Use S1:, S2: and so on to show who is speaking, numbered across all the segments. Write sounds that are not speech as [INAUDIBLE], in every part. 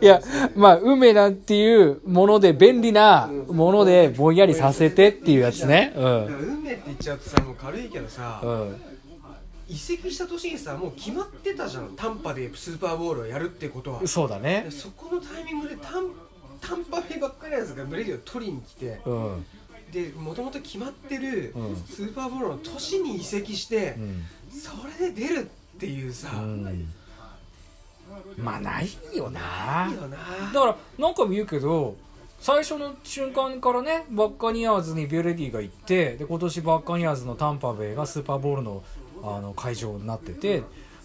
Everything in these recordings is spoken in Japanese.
S1: いや、まあ、梅なんていうもので、便利なもので、ぼんやりさせてっていうやつね。う
S2: でも
S1: ん。
S2: 運命って言っちゃうとさもう軽いけどさ、
S1: うん。
S2: 移籍した年にさもう決まってたじゃん短波でスーパーボールをやるってことは
S1: そうだね。
S2: そこのタイミングで短短波兵ばっかりのやつがブレディを取りに来て
S1: うん。
S2: でもともと決まってる
S1: うん
S2: スーパーボールの年に移籍して、
S1: うん。
S2: それで出るっていうさ、
S1: うんまあ、ないよな。
S2: いいよな
S1: だから何回も言うけど最初の瞬間からねバッカニアーズにベルディが行ってで今年バッカニアーズのタンパベイがスーパーボールのあの会場になってて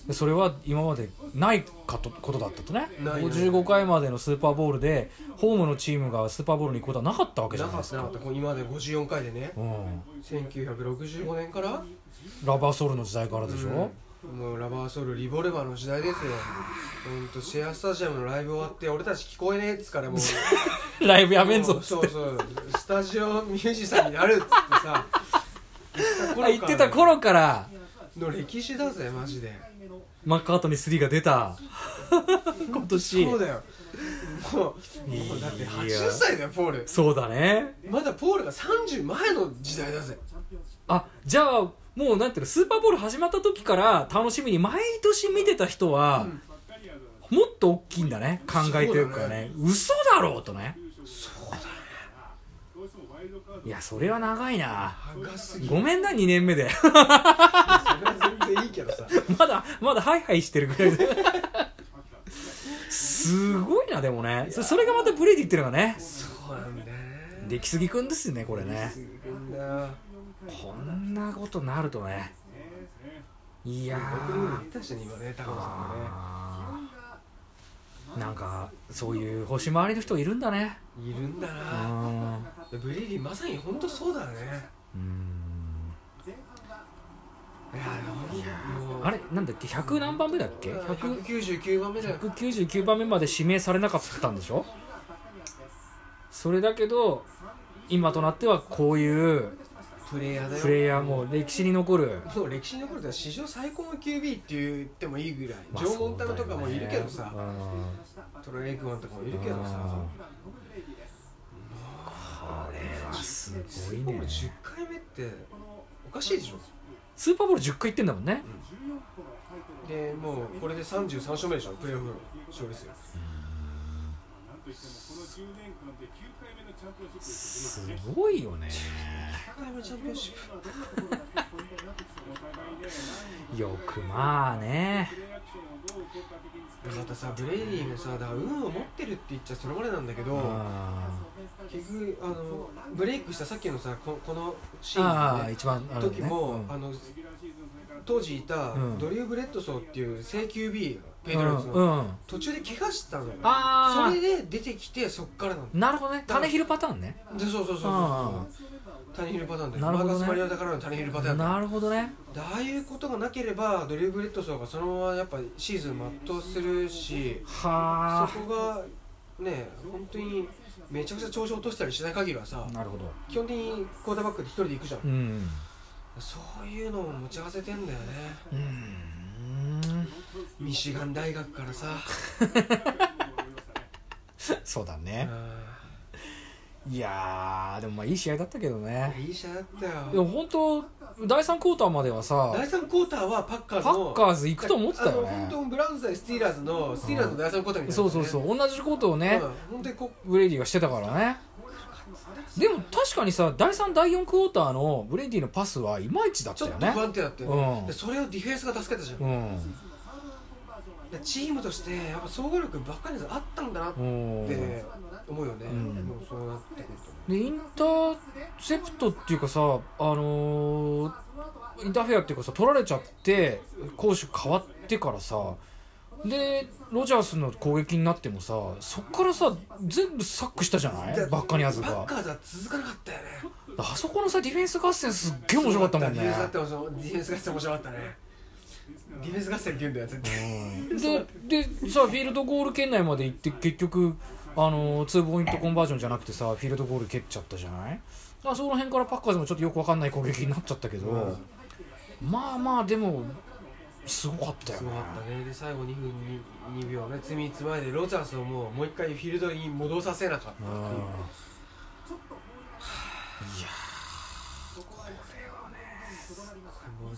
S1: でそれは今までないかとことだったとね
S2: ないよ
S1: 55回までのスーパーボールでホームのチームがスーパーボールに行くことはなかったわけじゃ
S2: な
S1: ない
S2: か
S1: で
S2: っ
S1: す
S2: たな
S1: か
S2: かっ。たこう今まで54回でね
S1: うん、
S2: 1965年から
S1: ラバーソウルの時代からでしょ、
S2: もうラバーソウルリボルバーの時代ですよほんとシェアスタジアムのライブ終わって俺たち聞こえねえっつからもう
S1: ライブやめんぞ
S2: もうそうそうスタジオミュージシャンになるっつってさ
S1: あ言ってた頃から
S2: の歴史だぜマジで
S1: マッカートニー3が出
S2: [LAUGHS]
S1: た今年
S2: そうだよもう
S1: いや
S2: もうだって80歳だよポール
S1: そうだね
S2: まだポールが30前の時代だぜ
S1: あじゃあもうなんていうのスーパーボール始まった時から楽しみに毎年見てた人は、もっと大きいんだね考えというかね嘘だろうとねそうだねいやそれは長いな
S2: 長すぎ
S1: ごめんな2年目で [LAUGHS]
S2: それは全然いいけどさ
S1: まだまだハイハイしてるぐらいですごいなでもねそそれがまたブレディっていうのがね
S2: そうなんだよね
S1: 出来すぎくんですよねこれね
S2: すごいな
S1: こんなことなるとねいや
S2: 僕
S1: ー
S2: にも言ったしね今ね高野さんがね
S1: あーなんかそういう星回りの人いるんだね
S2: いるんだ
S1: う
S2: な
S1: ー
S2: ブリリーまさに本当そうだね
S1: ん
S2: いやもう
S1: あれなんだっけ100何番目だっけ100
S2: 199番目だよ
S1: 199番目まで指名されなかったんでしょそれだけど今となってはこういう
S2: プレイヤーだよ
S1: プレイヤーも歴史に残る
S2: もう歴史に残るとは史上最高の QB って言ってもいいぐらい、
S1: まあ
S2: ジョー・モンタナとかもいるけど
S1: そう
S2: さ
S1: だ、よね
S2: トレイ・エクマンとかもいるけ
S1: う
S2: どさ
S1: ん、これはすごい
S2: もう
S1: ね
S2: 10回目っておかしいでしょ
S1: スーパーボール10回いってんだもんね
S2: でもうこれで33勝目でしょプレーオフの勝利数
S1: すごいよね
S2: 100回目チャンピオンシッ
S1: よくまあね
S2: プだからさブレイディもさだから運を持ってるって言っちゃそれまでなんだけど
S1: あ
S2: 結局あのブレイクしたさっきのさここのシ
S1: ー
S2: ーン
S1: あ
S2: ね
S1: ー一番あるね
S2: 時も、あの当時いた
S1: うん
S2: ドリュー・ブレッドソーっていう正球 B ペイ
S1: う
S2: ト
S1: ん
S2: ルズの、
S1: うんうん
S2: 途中で怪我したのよ
S1: あ
S2: そ
S1: ー
S2: れで出てきてそっからなんだ
S1: なるほどね種ヒルパターンね
S2: でそうそうそうそう
S1: あ
S2: タニヒルパターンだよ、
S1: なる
S2: マ
S1: ほど
S2: ー
S1: ね
S2: カス・マリオだからのタニヒルパターンだよ
S1: なるほどね
S2: でああいうことがなければドリュー・ブレッドソーがそのままやっぱシーズン全うするしそ
S1: は
S2: こがね本当にめちゃくちゃ調子を落としたりしない限りはさ
S1: あなるほど
S2: 基本的にクォーターバックで一人で行くじゃん
S1: うん
S2: そういうのを持ち合わせてんだよね
S1: うーん
S2: ミシガン大学からさ
S1: そうだ
S2: う
S1: ね
S2: ん
S1: いやーでもまあいい試合だったけどね
S2: いい試合だった
S1: で
S2: よ
S1: も本当第3クォーターまではさ
S2: 第3クォーターはパッカーズ
S1: パ
S2: の
S1: ッカーズ行くと思ってたよ
S2: あの本
S1: ね
S2: 当ブラウンズ対スティーラーズのスティーラーズの第3クォーターみたいな、ね
S1: そうそうそう同じことを
S2: うん
S1: ね
S2: 本当にこ
S1: ブレイディがしてたからねでも確かにさ第3第4クォーターのブレイディのパスはいまいちだっ
S2: ちょ
S1: たよ
S2: っと不
S1: ね
S2: 安定だったよね、
S1: うん
S2: でそれをディフェンスが助けたじゃん、
S1: う
S2: だか
S1: ん
S2: らチームとしてやっぱ総合力ばっかりあったんだなっ
S1: うん
S2: て思うよね、
S1: ん
S2: もうそうなってくると
S1: でインターセプトっていうかさあのーインターフェアっていうかさ取られちゃって攻守変わってからさでロジャースの攻撃になってもさそっからさ全部サックしたじゃない
S2: で
S1: バッカニアーズ
S2: バッ
S1: が
S2: カーズは続かなかったよね
S1: あそこのさディフェンス合戦すっげえ面白かったもん
S2: デ
S1: ね
S2: ィフェンスだって面白いディフェンス合戦面白かったねディフェンス合戦って言うんだよ絶対、
S1: ででさフィールドゴール圏内まで行って結局あのーツーポイントコンバージョンじゃなくてさフィールドゴール蹴っちゃったじゃないあその辺からパッカーズもちょっとよくわかんない攻撃になっちゃったけど、まあまあでもすごかったよ
S2: す
S1: ね
S2: ごかったねで最後2分 2, 秒ね積みつまいでロジャースをもうもう一回フィールドに戻させなかった
S1: うん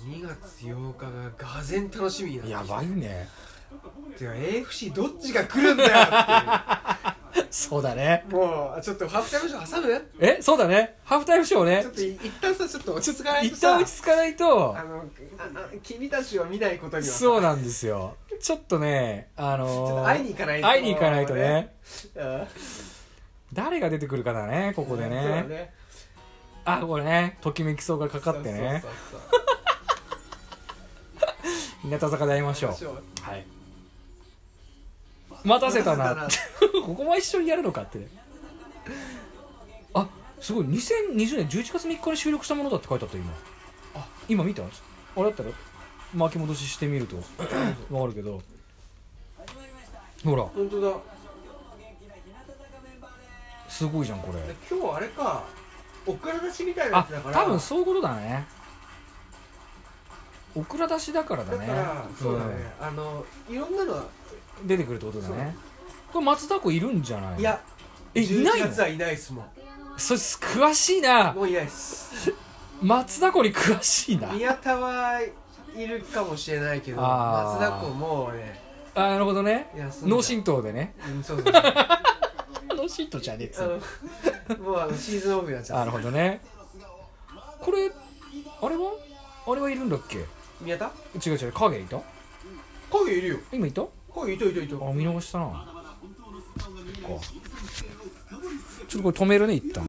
S1: い
S2: っていう
S1: や
S2: もう2月8日ががぜん楽しみになって
S1: ー
S2: き
S1: や
S2: た
S1: ばい
S2: [LAUGHS]
S1: ね
S2: てか AFC どっちが来るんだよっ
S1: そうだね
S2: ていうもうあちょっとハーフタイムショー挟む
S1: えそうだねハーフタイムショー
S2: ち
S1: ね
S2: ょっとい一旦さちょっと落ち着かないと
S1: 一
S2: さ
S1: 旦落ち着かないと
S2: あのああ君たちを見ないことにはさ
S1: そう
S2: ち
S1: なんですよちょっとねあ
S2: ょっ
S1: の
S2: と
S1: ー
S2: 会いに行かないと
S1: 会いに行かないとね
S2: うん
S1: 誰が出てくるかだねここで
S2: そうだ
S1: ねあこれねときめきそうがかかってね
S2: そうそうそうそ
S1: 日
S2: う
S1: 向坂で会いましょ
S2: そう
S1: はい待たせたな
S2: 待た
S1: ここも一緒にやるのかってあすごい2020年11月3日に収録したものだって書いてあった今あ今見たあれだったら巻き戻ししてみるとわかるけどほら
S2: 本当だ
S1: すごいじゃんこれ
S2: で今日あれかお蔵出しみたいなや
S1: あ
S2: つだから
S1: 多分そういうことだねオクラ出しだからだ
S2: だ
S1: ね
S2: からそうだね、あのいろんなのは
S1: うん出てくるってことだねこれ松田子いるんじゃない
S2: いや
S1: えいない
S2: 11
S1: の
S2: 月はいないっすもん
S1: それ詳しいな
S2: もういないっす
S1: 松田子に詳しいな
S2: 宮田はいるかもしれないけど
S1: あー
S2: 松田子もうね
S1: あなるほどね
S2: 休んだ
S1: 脳震盪でね
S2: うんそうそうそうあ
S1: 脳震盪じゃねえっつうの [LAUGHS]
S2: のもうあのシーズンオフになっちゃ
S1: あな
S2: っ
S1: るほどねこれあれはあれはいるんだっけ
S2: た宮田
S1: 違う違う影いた
S2: 影いるよ
S1: 今いたあ
S2: 影いたいたいた
S1: 見逃したなそっかちょっとこれ止めるね一旦